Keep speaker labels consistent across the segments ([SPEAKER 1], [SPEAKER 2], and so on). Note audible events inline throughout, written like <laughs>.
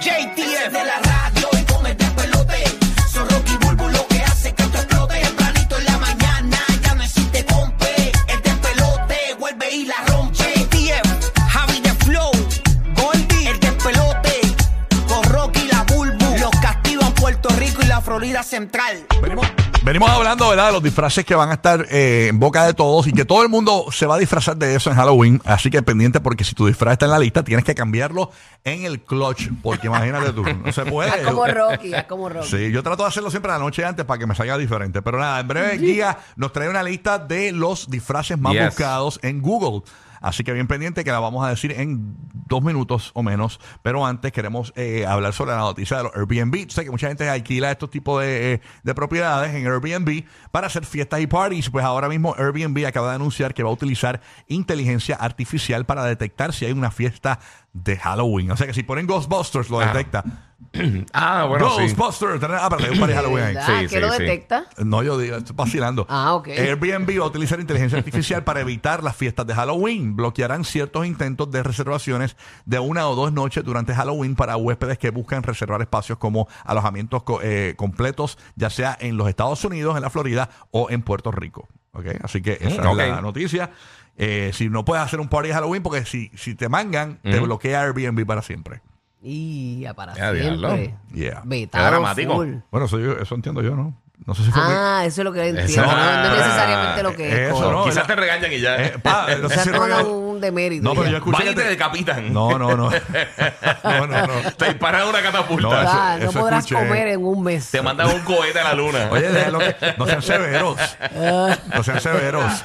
[SPEAKER 1] JT es de la radio y con el despelote. Son Rocky Bulbo lo que hace que esto explote. Tempranito en la mañana ya no existe compe. El despelote vuelve y la rompe. JTF, Javi de Flow, Goldie, el despelote. Con Rocky y la Bulbo. Los castigan Puerto Rico y la Florida Central.
[SPEAKER 2] Venimos, venimos hablando ¿verdad? de los disfraces que van a estar eh, en boca de todos y que todo el mundo se va a disfrazar de eso en Halloween. Así que pendiente porque si tu disfraz está en la lista, tienes que cambiarlo en el clutch. Porque imagínate tú, no se puede. <laughs>
[SPEAKER 3] Es <laughs> como Rocky, es como Rocky.
[SPEAKER 2] Sí, yo trato de hacerlo siempre la noche antes para que me salga diferente. Pero nada, en breve guía nos trae una lista de los disfraces más
[SPEAKER 4] Yes.
[SPEAKER 2] buscados en Google. Así que bien pendiente que la vamos a decir en dos minutos o menos. Pero antes queremos eh, hablar sobre la noticia de los Airbnb. Sé que mucha gente alquila estos tipos de, eh, de propiedades en Airbnb para hacer fiestas y parties. Pues ahora mismo Airbnb acaba de anunciar que va a utilizar inteligencia artificial para detectar si hay una fiesta de Halloween. O sea que si ponen Ghostbusters lo
[SPEAKER 4] Ah.
[SPEAKER 2] detecta.
[SPEAKER 4] Ah, bueno, sí.
[SPEAKER 2] Ghostbusters. Ah, pero hay un par de Halloween ahí.
[SPEAKER 3] ¿Verdad?
[SPEAKER 4] Sí,
[SPEAKER 3] ¿Que
[SPEAKER 4] sí,
[SPEAKER 3] lo
[SPEAKER 4] sí.
[SPEAKER 3] detecta?
[SPEAKER 2] No, yo digo, estoy vacilando.
[SPEAKER 3] Ah, ok.
[SPEAKER 2] Airbnb va a utilizar inteligencia artificial para evitar las fiestas de Halloween. Bloquearán ciertos intentos de reservaciones de una o dos noches durante Halloween para huéspedes que buscan reservar espacios como alojamientos co- eh, completos, ya sea en los Estados Unidos, en la Florida o en Puerto Rico. ¿Ok? Así que esa
[SPEAKER 4] Mm,
[SPEAKER 2] es la
[SPEAKER 4] ok.
[SPEAKER 2] noticia. Eh, si no puedes hacer un party de Halloween, porque si, si te mangan, te
[SPEAKER 4] Ujú.
[SPEAKER 2] bloquea Airbnb para siempre.
[SPEAKER 3] Y ya para
[SPEAKER 4] Ya, diablo.
[SPEAKER 3] siempre.
[SPEAKER 2] Yeah.
[SPEAKER 3] Vetado
[SPEAKER 4] Qué dramático.
[SPEAKER 3] full.
[SPEAKER 2] Bueno, eso, yo- eso entiendo yo, ¿no? No sé si fue muy-
[SPEAKER 3] Ah, eso es lo que entiendo.
[SPEAKER 4] Esa-
[SPEAKER 3] No, no necesariamente lo que es.
[SPEAKER 2] Eso
[SPEAKER 3] Coco.
[SPEAKER 2] no,
[SPEAKER 4] Quizás
[SPEAKER 2] la-
[SPEAKER 4] te regañan y ya.
[SPEAKER 2] Eh, pa,
[SPEAKER 4] <laughs>
[SPEAKER 2] no
[SPEAKER 3] O
[SPEAKER 2] sé
[SPEAKER 3] sea,
[SPEAKER 2] si
[SPEAKER 3] estamos
[SPEAKER 2] Rocky-
[SPEAKER 3] dando un demérito.
[SPEAKER 2] No, pero <laughs>
[SPEAKER 3] ya.
[SPEAKER 2] yo escuché
[SPEAKER 4] Van y
[SPEAKER 2] que
[SPEAKER 4] te
[SPEAKER 2] te-
[SPEAKER 4] decapitan.
[SPEAKER 2] No, no, no. No, no, no.
[SPEAKER 4] Te disparan una catapulta.
[SPEAKER 2] No, eso-
[SPEAKER 3] Ah, no
[SPEAKER 2] eso
[SPEAKER 3] podrás
[SPEAKER 2] escuché.
[SPEAKER 3] comer en un mes.
[SPEAKER 4] Te mandan un cohete a la luna.
[SPEAKER 2] Oye, déjalo que. No sean severos. No sean severos.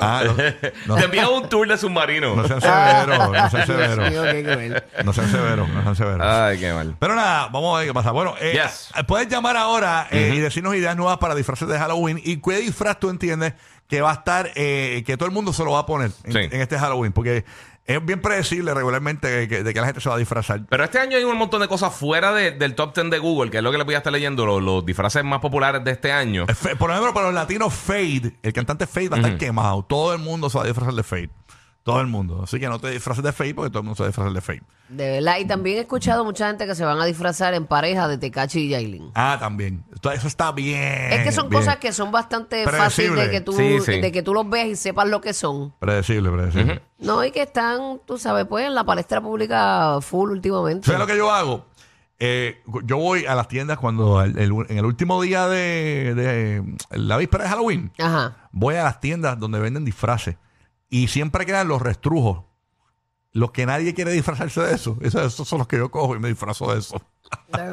[SPEAKER 2] Ah, no,
[SPEAKER 4] Te
[SPEAKER 2] no,
[SPEAKER 4] envían un tour de submarino.
[SPEAKER 2] no sean severos. No sean
[SPEAKER 3] <laughs> Dios mío,
[SPEAKER 2] severos.
[SPEAKER 3] qué cruel.
[SPEAKER 2] No sean severos. No sean severos.
[SPEAKER 4] Ay, qué mal.
[SPEAKER 2] Pero nada, vamos a ver qué pasa. Bueno, eh,
[SPEAKER 4] Ah. Yes.
[SPEAKER 2] puedes llamar ahora eh, y decirnos ideas nuevas para disfraces de Halloween y qué disfraz tú entiendes que va a estar, eh, que todo el mundo se lo va a poner en,
[SPEAKER 4] Sí.
[SPEAKER 2] en este Halloween, porque es bien predecible regularmente de que, de que la gente se va a disfrazar.
[SPEAKER 4] Pero este año hay un montón de cosas fuera de- del top 10 de Google, que es lo que le voy a estar leyendo, los, los disfraces más populares de este año.
[SPEAKER 2] Fe- Por ejemplo, para los latinos, Fade, el cantante Fade va a estar quemado. Todo el mundo se va a disfrazar de Fade. Todo el mundo. Así que no te disfraces de Fade porque todo el mundo se va a disfrazar de Fade.
[SPEAKER 3] De verdad. Y también he escuchado mucha gente que se van a disfrazar en pareja de Tecachi y Yailin.
[SPEAKER 2] Ah, también. Esto- Eso está bien.
[SPEAKER 3] Es que son
[SPEAKER 2] bien.
[SPEAKER 3] cosas que son bastante
[SPEAKER 2] Predecible.
[SPEAKER 3] fáciles de que tú
[SPEAKER 4] Sí, sí.
[SPEAKER 3] de que tú los veas y sepas lo que son.
[SPEAKER 2] Predecible, predecible.
[SPEAKER 3] No, y que están, tú sabes, pues en la palestra pública full últimamente.
[SPEAKER 2] ¿Sabes lo que yo hago? Eh, yo voy a las tiendas cuando el- el- en el último día de, de- la víspera de Halloween.
[SPEAKER 3] Ajá.
[SPEAKER 2] Voy a las tiendas donde venden disfraces y siempre quedan los restrujos. Los que nadie quiere disfrazarse de eso. Esos, esos son los que yo cojo y me disfrazo de eso.
[SPEAKER 3] De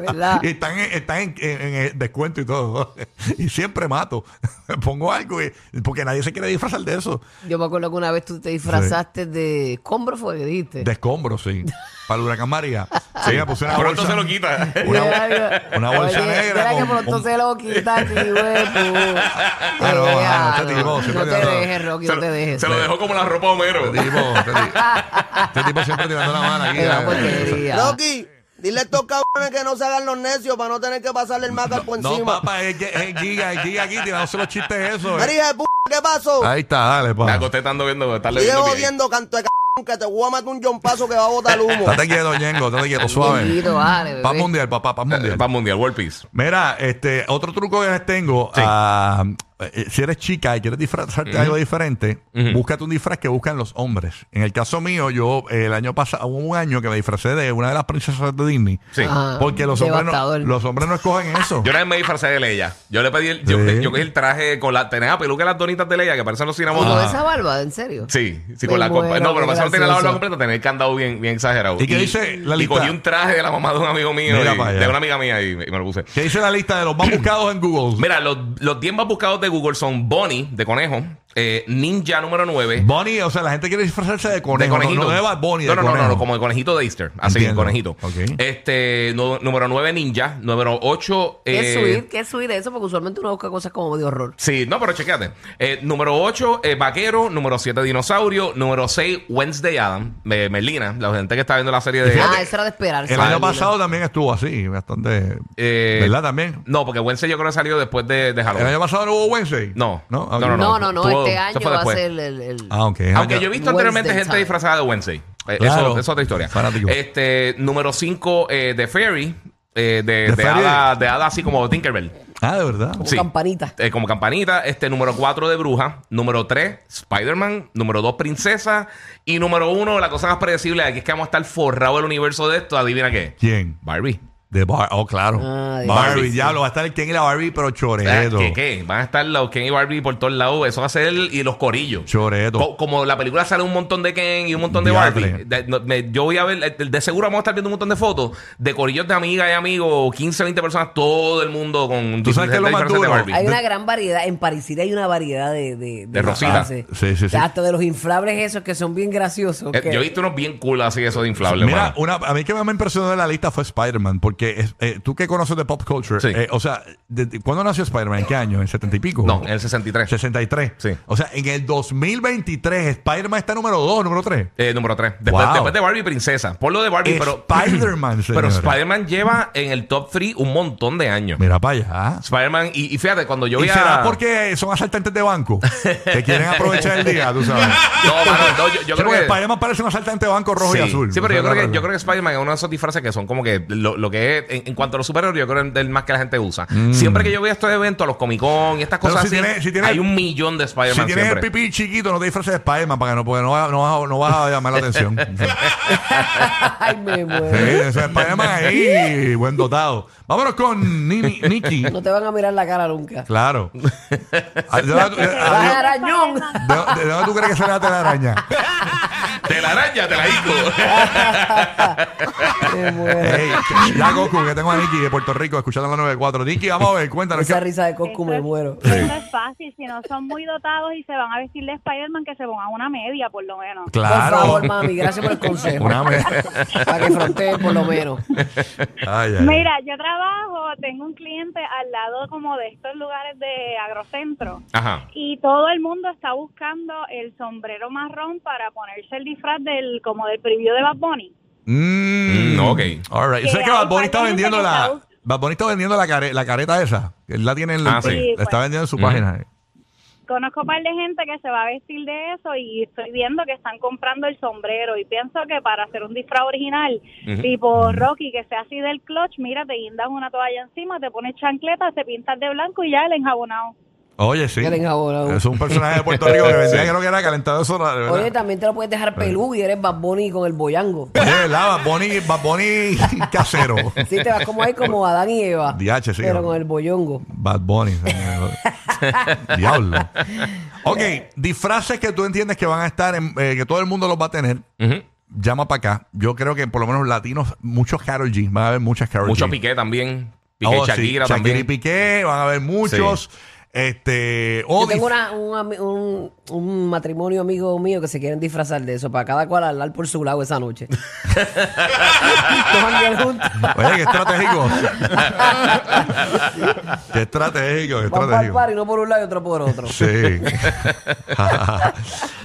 [SPEAKER 2] <laughs>
[SPEAKER 3] verdad.
[SPEAKER 2] Y están, en, están en, en- en descuento y todo. <laughs> Y siempre mato. <laughs> Pongo algo y- porque nadie se quiere disfrazar de eso.
[SPEAKER 3] Yo me acuerdo que una vez tú te disfrazaste de escombro, fue que dijiste.
[SPEAKER 2] De escombros, sí. Para el huracán María. Sí, me puse una
[SPEAKER 4] Pronto
[SPEAKER 2] bolsa,
[SPEAKER 4] se lo quita.
[SPEAKER 2] una-
[SPEAKER 3] Mira,
[SPEAKER 2] <laughs> una bolsa
[SPEAKER 3] oye,
[SPEAKER 2] negra
[SPEAKER 3] mira que
[SPEAKER 2] con-
[SPEAKER 3] pronto
[SPEAKER 2] con-
[SPEAKER 3] se lo quita aquí, güey. tú.
[SPEAKER 2] Ah, no,
[SPEAKER 3] Eh,
[SPEAKER 2] ah, no,
[SPEAKER 3] ah,
[SPEAKER 2] este tipo,
[SPEAKER 3] no,
[SPEAKER 2] siempre
[SPEAKER 3] no
[SPEAKER 2] tiene
[SPEAKER 3] te
[SPEAKER 2] la-
[SPEAKER 3] dejes, <laughs> Rocky,
[SPEAKER 4] se,
[SPEAKER 3] no
[SPEAKER 4] lo-
[SPEAKER 3] te dejes.
[SPEAKER 4] se lo dejó como la ropa de Homero.
[SPEAKER 2] Este tipo, este tipo- este tipo siempre tirando la mano aquí.
[SPEAKER 3] Es una
[SPEAKER 2] eh,
[SPEAKER 3] porquería.
[SPEAKER 5] Rocky, dile a estos cabrones que no se hagan los necios para no tener que pasarle el maca por
[SPEAKER 2] No,
[SPEAKER 5] encima.
[SPEAKER 2] papá, es, que- es Giga, es Giga aquí tirándose los chistes eso.
[SPEAKER 5] Mira,
[SPEAKER 2] eh.
[SPEAKER 5] hija de p***, ¿qué pasó?
[SPEAKER 2] Ahí está, dale,
[SPEAKER 4] La
[SPEAKER 2] papá.
[SPEAKER 4] usted está andando viendo, está
[SPEAKER 5] Sigue
[SPEAKER 4] leyendo bien.
[SPEAKER 5] jodiendo, canto de c***, que te voy a matar un jompazo que va a botar humo.
[SPEAKER 2] Estate quieto, Ñengo, estate quieto, suave.
[SPEAKER 3] Bendito, vale, bebé.
[SPEAKER 2] Paz mundial, papá, paz mundial.
[SPEAKER 4] Eh, Para mundial, World Peace.
[SPEAKER 2] Mira, este, otro truco que les tengo, ah, eh, si eres chica y quieres disfrazarte de algo diferente, búscate un disfraz que buscan los hombres. En el caso mío, yo eh, el año pasado, hubo un año que me disfracé de una de las princesas de Disney.
[SPEAKER 4] Sí.
[SPEAKER 3] Ah,
[SPEAKER 2] Porque los hombres, no,
[SPEAKER 3] devastador.
[SPEAKER 2] los hombres no escogen eso.
[SPEAKER 4] Yo una vez me disfracé de Leia. Yo le pedí el, yo,
[SPEAKER 2] Sí.
[SPEAKER 4] yo cogí el traje con la. Tenía la peluca y las donitas de Leia que parecen los
[SPEAKER 3] Y
[SPEAKER 4] cinnamon.
[SPEAKER 3] con esa barba, en serio.
[SPEAKER 4] Sí, sí,
[SPEAKER 3] Me
[SPEAKER 4] con la
[SPEAKER 3] muero,
[SPEAKER 4] compa- No, pero
[SPEAKER 3] qué
[SPEAKER 4] pasar tener la barba
[SPEAKER 3] gracioso.
[SPEAKER 4] completa, tener el candado bien, bien exagerado.
[SPEAKER 2] ¿Y qué dice la lista?
[SPEAKER 4] Y cogí un traje de la mamá de un amigo mío,
[SPEAKER 2] Mira
[SPEAKER 4] y-
[SPEAKER 2] para allá.
[SPEAKER 4] de una amiga mía, y me, y me lo puse.
[SPEAKER 2] ¿Qué dice la lista de los más buscados en Google?
[SPEAKER 4] Mira, los, los 10 más buscados de Google son Bonnie, de conejo, eh, Ninja número 9.
[SPEAKER 2] Bonnie, o sea, la gente quiere disfrazarse de
[SPEAKER 4] De
[SPEAKER 2] conejo.
[SPEAKER 4] conejito.
[SPEAKER 2] No, no de Bad Bunny,
[SPEAKER 4] no,
[SPEAKER 2] de
[SPEAKER 4] no, no, no,
[SPEAKER 2] conejo.
[SPEAKER 4] no, como de conejito de Easter. Así,
[SPEAKER 2] Entiendo.
[SPEAKER 4] conejito.
[SPEAKER 2] Ok.
[SPEAKER 4] Este, nu- número 9, ninja. Número 8,
[SPEAKER 3] Qué
[SPEAKER 4] eh,
[SPEAKER 3] subir, qué subir eso, porque usualmente uno busca cosas como de horror.
[SPEAKER 4] Sí, no, pero chequéate. Eh, número 8, vaquero. Número 7, dinosaurio. Número 6, Wednesday Adam. Me- Merlina, la gente que está viendo la serie de.
[SPEAKER 3] Ah, eso era de esperar.
[SPEAKER 2] El año pasado también estuvo así, bastante.
[SPEAKER 4] Eh,
[SPEAKER 2] ¿Verdad también?
[SPEAKER 4] No, porque Wednesday yo creo que salió después de, de
[SPEAKER 2] ¿El
[SPEAKER 4] Halloween.
[SPEAKER 2] año pasado no hubo Wednesday?
[SPEAKER 4] No.
[SPEAKER 2] No,
[SPEAKER 4] No, no,
[SPEAKER 3] No, no, no,
[SPEAKER 4] Tuvo-
[SPEAKER 3] este
[SPEAKER 4] eso
[SPEAKER 3] año
[SPEAKER 4] fue
[SPEAKER 3] va a
[SPEAKER 4] después.
[SPEAKER 3] ser el... el-
[SPEAKER 2] Ah, ok.
[SPEAKER 4] Aunque yo he visto
[SPEAKER 3] Wednesday
[SPEAKER 4] anteriormente gente
[SPEAKER 3] time.
[SPEAKER 4] disfrazada de Wednesday. Eh,
[SPEAKER 2] Claro.
[SPEAKER 4] eso, eso es otra historia.
[SPEAKER 2] Fanático.
[SPEAKER 4] Este, número 5 de Ferry, eh, de,
[SPEAKER 2] ¿De
[SPEAKER 4] de,
[SPEAKER 2] Fairy?
[SPEAKER 4] hada, de hada así como Tinkerbell.
[SPEAKER 2] Ah, de verdad.
[SPEAKER 3] Como
[SPEAKER 4] Sí.
[SPEAKER 3] campanita.
[SPEAKER 4] Eh, como campanita, este número 4 de bruja, número 3 Spider-Man, número 2 princesa y número 1 la cosa más predecible aquí es que vamos a estar forrado el universo de esto, adivina qué.
[SPEAKER 2] ¿Quién?
[SPEAKER 4] Barbie.
[SPEAKER 2] De Bar oh, claro.
[SPEAKER 3] Ah,
[SPEAKER 2] Barbie,
[SPEAKER 3] de
[SPEAKER 4] Barbie, sí.
[SPEAKER 2] diablo, va a estar el Ken y la Barbie, pero
[SPEAKER 4] O sea,
[SPEAKER 2] choreto.
[SPEAKER 4] ¿Qué, qué? Van a estar los Ken y Barbie por todos lados. Eso va a ser y los corillos.
[SPEAKER 2] Choreto.
[SPEAKER 4] Co- como la película sale un montón de Ken y un montón de
[SPEAKER 2] Diable.
[SPEAKER 4] Barbie. de- no, me- yo voy a ver, eh, de seguro vamos a estar viendo un montón de fotos de corillos de amigas y amigos, 15, 20 personas, todo el mundo con
[SPEAKER 2] ¿Tú sabes qué es lo más
[SPEAKER 4] diferentes
[SPEAKER 2] duro?
[SPEAKER 4] Barbie.
[SPEAKER 2] Ay,
[SPEAKER 3] Hay
[SPEAKER 2] De-
[SPEAKER 3] una gran variedad. En Parisita hay una variedad de. De,
[SPEAKER 4] De Rosita.
[SPEAKER 3] frases.
[SPEAKER 2] Sí, sí, sí.
[SPEAKER 3] Hasta de los inflables esos que son bien graciosos.
[SPEAKER 4] Eh,
[SPEAKER 3] que-
[SPEAKER 4] Yo he visto unos bien cool así, eso de inflables.
[SPEAKER 2] Mira,
[SPEAKER 4] mano.
[SPEAKER 2] una, a mí que más me impresionó de la lista fue Spider-Man, porque es- eh, tú que conoces de pop culture,
[SPEAKER 4] Sí.
[SPEAKER 2] eh, o sea, de- de- ¿cuándo nació Spider-Man? ¿En qué año? ¿En setenta y pico?
[SPEAKER 4] No, en el 63.
[SPEAKER 2] 63.
[SPEAKER 4] Sí.
[SPEAKER 2] O sea, en el 2023 Spider-Man está número 2, número 3.
[SPEAKER 4] Eh, número 3. Después,
[SPEAKER 2] Wow.
[SPEAKER 4] después de Barbie, Princesa. Por lo de Barbie, pero.
[SPEAKER 2] Spider-Man,
[SPEAKER 4] <clears throat> Pero
[SPEAKER 2] señores.
[SPEAKER 4] Spider-man lleva en el top 3 un montón de años.
[SPEAKER 2] Mira para allá.
[SPEAKER 4] Spider-Man, y, y fíjate, cuando yo vi
[SPEAKER 2] ¿Y
[SPEAKER 4] a-
[SPEAKER 2] será porque son asaltantes de banco? que quieren aprovechar el día, tú sabes.
[SPEAKER 4] No, mano, no, <laughs> yo, yo
[SPEAKER 2] Sí,
[SPEAKER 4] creo
[SPEAKER 2] porque
[SPEAKER 4] que.
[SPEAKER 2] Spider-Man parece un asaltante de banco rojo
[SPEAKER 4] sí.
[SPEAKER 2] y azul.
[SPEAKER 4] Sí, pero yo
[SPEAKER 2] O sea,
[SPEAKER 4] creo, que,
[SPEAKER 2] la-
[SPEAKER 4] yo creo que Spider-Man es uno de esos disfraces que son como que lo, lo que es, en, en cuanto a los superhéroes, yo creo que es el más que la gente usa. Siempre que yo veo estos eventos, a los Comic Con y estas
[SPEAKER 2] Mm. Pero
[SPEAKER 4] cosas
[SPEAKER 2] si
[SPEAKER 4] así,
[SPEAKER 2] tiene- si tiene-
[SPEAKER 4] hay un millón de
[SPEAKER 2] Si
[SPEAKER 4] Spider-Man
[SPEAKER 2] tienes
[SPEAKER 4] siempre.
[SPEAKER 2] el pipí chiquito, no te disfraces de Spider-Man para que no, porque no, va- no, vas a- no vas a llamar la
[SPEAKER 4] <laughs>
[SPEAKER 2] atención. Sí,
[SPEAKER 3] <laughs> Ay, me
[SPEAKER 2] <laughs>
[SPEAKER 3] muero.
[SPEAKER 2] o sea, Spider-Man ahí, buen dotado. Vámonos con Nini, Nicky.
[SPEAKER 3] No te van a mirar la cara nunca.
[SPEAKER 2] Claro. Ah, ¿De dónde tú-
[SPEAKER 3] Vas a
[SPEAKER 2] ah,
[SPEAKER 3] arañón.
[SPEAKER 2] de- de- de dónde tú crees que será la telaraña?
[SPEAKER 4] Te la araña, te la
[SPEAKER 2] <laughs>
[SPEAKER 4] digo.
[SPEAKER 3] Me muero.
[SPEAKER 2] Ey, ya, Goku, que tengo a Nicky de Puerto Rico escuchando la 94. Nicky, vamos a ver, cuéntanos.
[SPEAKER 3] Esa
[SPEAKER 2] ¿qué-
[SPEAKER 3] risa de Coscu me
[SPEAKER 6] Eso es-
[SPEAKER 3] muero.
[SPEAKER 6] Eso es fácil, si no son muy dotados y se van a vestir de Spider-Man, que se pongan una media por lo menos.
[SPEAKER 2] Claro.
[SPEAKER 3] Por favor, mami, gracias por el consejo.
[SPEAKER 2] Una vez.
[SPEAKER 3] Para que frontee por lo menos.
[SPEAKER 2] Ay, ay, ay.
[SPEAKER 6] Mira, yo trabajo, tengo un cliente al lado como de estos lugares de agrocentro
[SPEAKER 4] Ajá.
[SPEAKER 6] y todo el mundo está buscando el sombrero marrón para ponerse el disfraz del como del preview de Bad Bunny.
[SPEAKER 2] Mm,
[SPEAKER 4] Mm, ok.
[SPEAKER 2] All right.
[SPEAKER 6] Que
[SPEAKER 2] ¿Sabes que
[SPEAKER 6] hay
[SPEAKER 2] Bad Bunny está
[SPEAKER 6] países
[SPEAKER 2] vendiendo
[SPEAKER 6] que
[SPEAKER 2] la...
[SPEAKER 6] está-
[SPEAKER 2] Bad Bunny está vendiendo la, care- la careta esa. Él la tiene en
[SPEAKER 4] Ah, sí. Mm.
[SPEAKER 6] Sí,
[SPEAKER 2] la está
[SPEAKER 6] pues.
[SPEAKER 2] vendiendo en su
[SPEAKER 4] Ujú.
[SPEAKER 2] página.
[SPEAKER 6] Conozco un par de gente que se va a vestir de eso y estoy viendo que están comprando el sombrero y pienso que para hacer un disfraz original,
[SPEAKER 4] Ujú.
[SPEAKER 6] tipo Rocky, que sea así del clutch, mira, te guindas una toalla encima, te pones chancletas, te pintas de blanco y ya el enjabonado.
[SPEAKER 2] Oye, sí.
[SPEAKER 3] Que le enjabonado.
[SPEAKER 2] Es un personaje de Puerto
[SPEAKER 4] <laughs>
[SPEAKER 2] Rico que vendía que lo que era calentado de sola, de
[SPEAKER 3] Oye,
[SPEAKER 2] verdad.
[SPEAKER 3] también te lo puedes dejar pelú y eres Bad Bunny con el boyango.
[SPEAKER 2] Oye, ¿verdad? Bad Bunny, Bad Bunny <laughs> casero.
[SPEAKER 3] Sí, te vas como ahí como Adán y Eva.
[SPEAKER 2] Diache, sí,
[SPEAKER 3] Pero
[SPEAKER 2] ¿no?
[SPEAKER 3] con el boyongo.
[SPEAKER 2] Bad Bunny. señor.
[SPEAKER 4] <laughs>
[SPEAKER 2] Diablo. Ok,
[SPEAKER 3] Eh.
[SPEAKER 2] disfraces que tú entiendes que van a estar, en- eh, que todo el mundo los va a tener.
[SPEAKER 4] Ujú.
[SPEAKER 2] Llama para acá. Yo creo que por lo menos latinos, muchos Carol G. Van a haber muchas Carol
[SPEAKER 4] Mucho
[SPEAKER 2] G.
[SPEAKER 4] Piqué también. Piqué
[SPEAKER 2] Oh,
[SPEAKER 4] y
[SPEAKER 2] sí,
[SPEAKER 4] Shakira también.
[SPEAKER 2] y Piqué, van a haber muchos. Este, o
[SPEAKER 3] Yo
[SPEAKER 2] dif-
[SPEAKER 3] tengo una- un, ami- un- un matrimonio amigo mío que se quieren disfrazar de eso, para cada cual hablar por su lado esa noche. Todos andan juntos.
[SPEAKER 2] Oye, qué
[SPEAKER 3] <laughs>
[SPEAKER 2] estratégico. qué estratégico, qué
[SPEAKER 3] Van para el
[SPEAKER 2] estratégico.
[SPEAKER 3] par y uno por un lado y otro por otro.
[SPEAKER 2] Sí.
[SPEAKER 3] <laughs>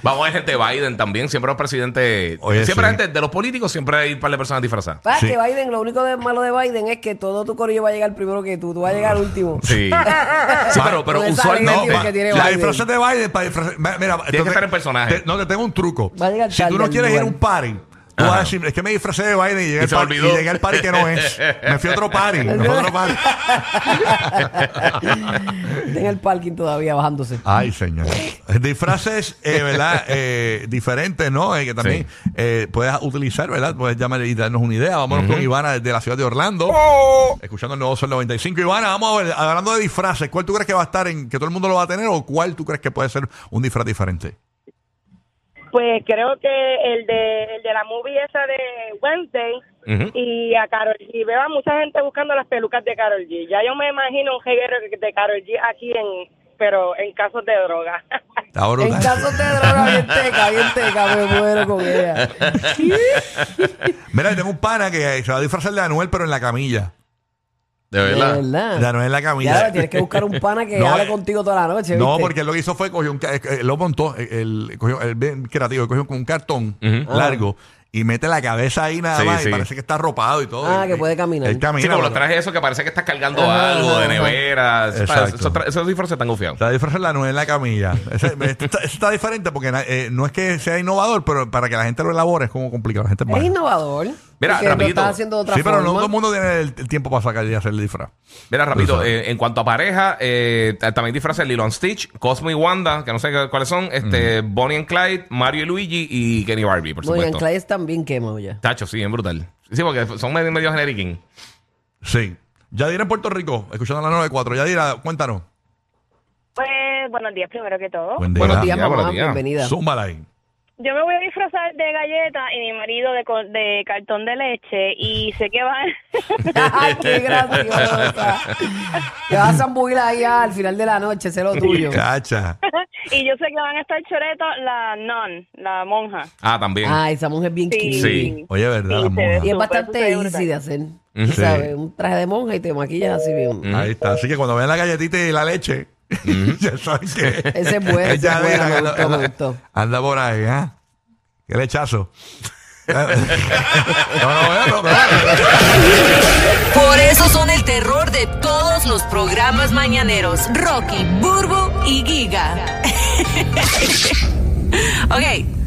[SPEAKER 4] Vamos a ver gente de Biden también. Siempre los presidentes.
[SPEAKER 2] Oye,
[SPEAKER 4] siempre
[SPEAKER 2] sí.
[SPEAKER 4] gente de los políticos, siempre hay un par de personas
[SPEAKER 3] <laughs>
[SPEAKER 4] disfrazadas.
[SPEAKER 3] ¿Sabes
[SPEAKER 2] Sí.
[SPEAKER 3] que Biden, lo único de- malo de Biden es que todo tu corillo va a llegar primero que tú, tú vas a llegar último.
[SPEAKER 4] Sí. sí, pero, pero
[SPEAKER 3] Con esa
[SPEAKER 2] no,
[SPEAKER 4] usualmente.
[SPEAKER 3] alegría
[SPEAKER 2] pa-
[SPEAKER 3] que tiene
[SPEAKER 2] la
[SPEAKER 3] Biden.
[SPEAKER 2] disfraz de Biden para disfrazar. ma- Mira, Tienes
[SPEAKER 4] que estar en personaje.
[SPEAKER 2] no, te tengo un truco.
[SPEAKER 3] Va a llegar
[SPEAKER 2] si tú
[SPEAKER 3] tarde
[SPEAKER 2] no
[SPEAKER 3] al
[SPEAKER 2] quieres ir a
[SPEAKER 3] lugar.
[SPEAKER 2] un party, tú vas a decir, es que me disfracé de Biden y llegué,
[SPEAKER 4] Y
[SPEAKER 2] al,
[SPEAKER 4] se
[SPEAKER 2] party, y
[SPEAKER 4] me olvidó.
[SPEAKER 2] llegué al party que no es. Me fui a otro party. Me fui a otro
[SPEAKER 3] <laughs>
[SPEAKER 2] party.
[SPEAKER 4] <laughs>
[SPEAKER 3] Está en el parking todavía bajándose.
[SPEAKER 2] Ay, señor. Disfraces, eh, ¿verdad? Eh, diferentes, ¿no? Eh, que también eh, puedes utilizar, ¿verdad? Puedes llamar y darnos una idea. Vámonos con Ivana desde la ciudad de Orlando. Escuchando el nuevo Sol 95. Ivana, vamos a ver, hablando de disfraces, ¿cuál tú crees que va a estar en, que todo el mundo lo va a tener o cuál tú crees que puede ser un disfraz diferente?
[SPEAKER 7] Pues creo que el de, el de la movie esa de Wednesday
[SPEAKER 4] Ujú.
[SPEAKER 7] y a Carol G. Veo a mucha gente buscando las pelucas de Carol G. Ya yo me imagino un jeguero de Carol G aquí en pero en casos de droga.
[SPEAKER 2] Está
[SPEAKER 3] En
[SPEAKER 2] brutal.
[SPEAKER 3] caso te droga bien teca, bien teca, me muero con ella.
[SPEAKER 2] Mira, tengo un pana que eh, se va a disfrazar de Anuel, pero en la camilla.
[SPEAKER 4] De
[SPEAKER 3] De
[SPEAKER 4] verdad.
[SPEAKER 2] De
[SPEAKER 3] verdad.
[SPEAKER 2] Anuel en la
[SPEAKER 3] Ya,
[SPEAKER 2] camilla.
[SPEAKER 3] tienes que buscar un pana que
[SPEAKER 2] No,
[SPEAKER 3] hable
[SPEAKER 2] eh,
[SPEAKER 3] contigo toda la noche.
[SPEAKER 2] No,
[SPEAKER 3] ¿viste?
[SPEAKER 2] porque lo que hizo fue cogió un ca- eh, eh, lo montó, eh, el, cogió, el bien creativo, cogió con un cartón
[SPEAKER 4] Ujú.
[SPEAKER 2] largo y mete la cabeza ahí nada
[SPEAKER 4] Sí,
[SPEAKER 2] más
[SPEAKER 4] sí.
[SPEAKER 2] y parece que está arropado y todo.
[SPEAKER 3] Ah,
[SPEAKER 2] Y-
[SPEAKER 3] que puede caminar.
[SPEAKER 2] Él camina.
[SPEAKER 4] Sí, como los
[SPEAKER 2] pero-
[SPEAKER 4] trajes esos que parece que estás cargando
[SPEAKER 3] Ajá,
[SPEAKER 4] algo de
[SPEAKER 3] ajá,
[SPEAKER 4] nevera. Eso está-
[SPEAKER 2] Exacto.
[SPEAKER 4] Esos tra- esos disfraces están confiados.
[SPEAKER 2] La diferencia es la nuez en la camilla.
[SPEAKER 4] <laughs>
[SPEAKER 2] Ese- me- está, está diferente porque na- eh, no es que sea innovador, pero para que la gente lo elabore es como complicado. La gente es
[SPEAKER 3] Es
[SPEAKER 2] mala.
[SPEAKER 3] innovador.
[SPEAKER 4] Mira,
[SPEAKER 3] porque lo
[SPEAKER 4] rapidito.
[SPEAKER 3] estás haciendo de otra
[SPEAKER 2] Sí, pero no
[SPEAKER 3] forma.
[SPEAKER 2] todo el mundo tiene el, el tiempo para sacar y hacer el disfraz.
[SPEAKER 4] Mira,
[SPEAKER 2] Tú
[SPEAKER 4] rapidito,
[SPEAKER 2] sabes.
[SPEAKER 4] eh, en cuanto a pareja, eh, ta- también disfraces Lilo and Stitch, Cosmo y Wanda, que no sé qué- cuáles son, este, Bonnie and Clyde, Mario y Luigi y Kenny Barbie, por
[SPEAKER 3] Muy bien,
[SPEAKER 4] supuesto.
[SPEAKER 3] Clay también quemado ya.
[SPEAKER 4] Tacho, sí, es brutal. Sí, porque son medio, medio generiquín.
[SPEAKER 2] Sí. Yadira en Puerto Rico, escuchando la 94. Yadira, cuéntanos.
[SPEAKER 7] Pues buenos días primero que todo.
[SPEAKER 2] Buen día.
[SPEAKER 3] Buenos días,
[SPEAKER 4] Buenos
[SPEAKER 3] mamá.
[SPEAKER 4] días.
[SPEAKER 3] Bienvenida.
[SPEAKER 2] Zúmbala ahí.
[SPEAKER 7] Yo me voy a disfrazar de galleta y mi marido de, co- de cartón de leche y sé que va...
[SPEAKER 3] <laughs> Ay,
[SPEAKER 2] <laughs>
[SPEAKER 3] ¡Qué graciosa! Te vas a zambuir ahí al final de la noche, ese es lo tuyo.
[SPEAKER 2] Cacha.
[SPEAKER 7] <laughs> y yo sé que van a estar choretos la non, la monja.
[SPEAKER 4] Ah, también.
[SPEAKER 3] Ay, esa mujer es bien
[SPEAKER 7] Sí.
[SPEAKER 3] cute.
[SPEAKER 4] Sí.
[SPEAKER 2] Oye,
[SPEAKER 7] Sí,
[SPEAKER 2] ¿verdad? la
[SPEAKER 7] se
[SPEAKER 2] monja?
[SPEAKER 7] ve
[SPEAKER 3] Y es
[SPEAKER 7] Súper,
[SPEAKER 3] bastante
[SPEAKER 7] súper
[SPEAKER 3] easy
[SPEAKER 7] brutal.
[SPEAKER 3] de hacer.
[SPEAKER 4] Mm,
[SPEAKER 2] sí.
[SPEAKER 3] tú ¿Sabes? Un traje de monja y te maquillas así bien.
[SPEAKER 4] Mm.
[SPEAKER 2] Ahí está. Así que cuando vean la galletita y la leche, <laughs> ya saben que.
[SPEAKER 3] <laughs> Ese es bueno, ese es
[SPEAKER 2] Yadira,
[SPEAKER 3] bueno, me
[SPEAKER 2] que
[SPEAKER 3] gustó,
[SPEAKER 2] anda-
[SPEAKER 3] me gustó.
[SPEAKER 2] Anda por ahí, ¿ah? Qué lechazo. <laughs> no, no, no, no, no.
[SPEAKER 8] Por eso son el terror de todos los programas mañaneros. Rocky, Burbo y Giga. <laughs> ok,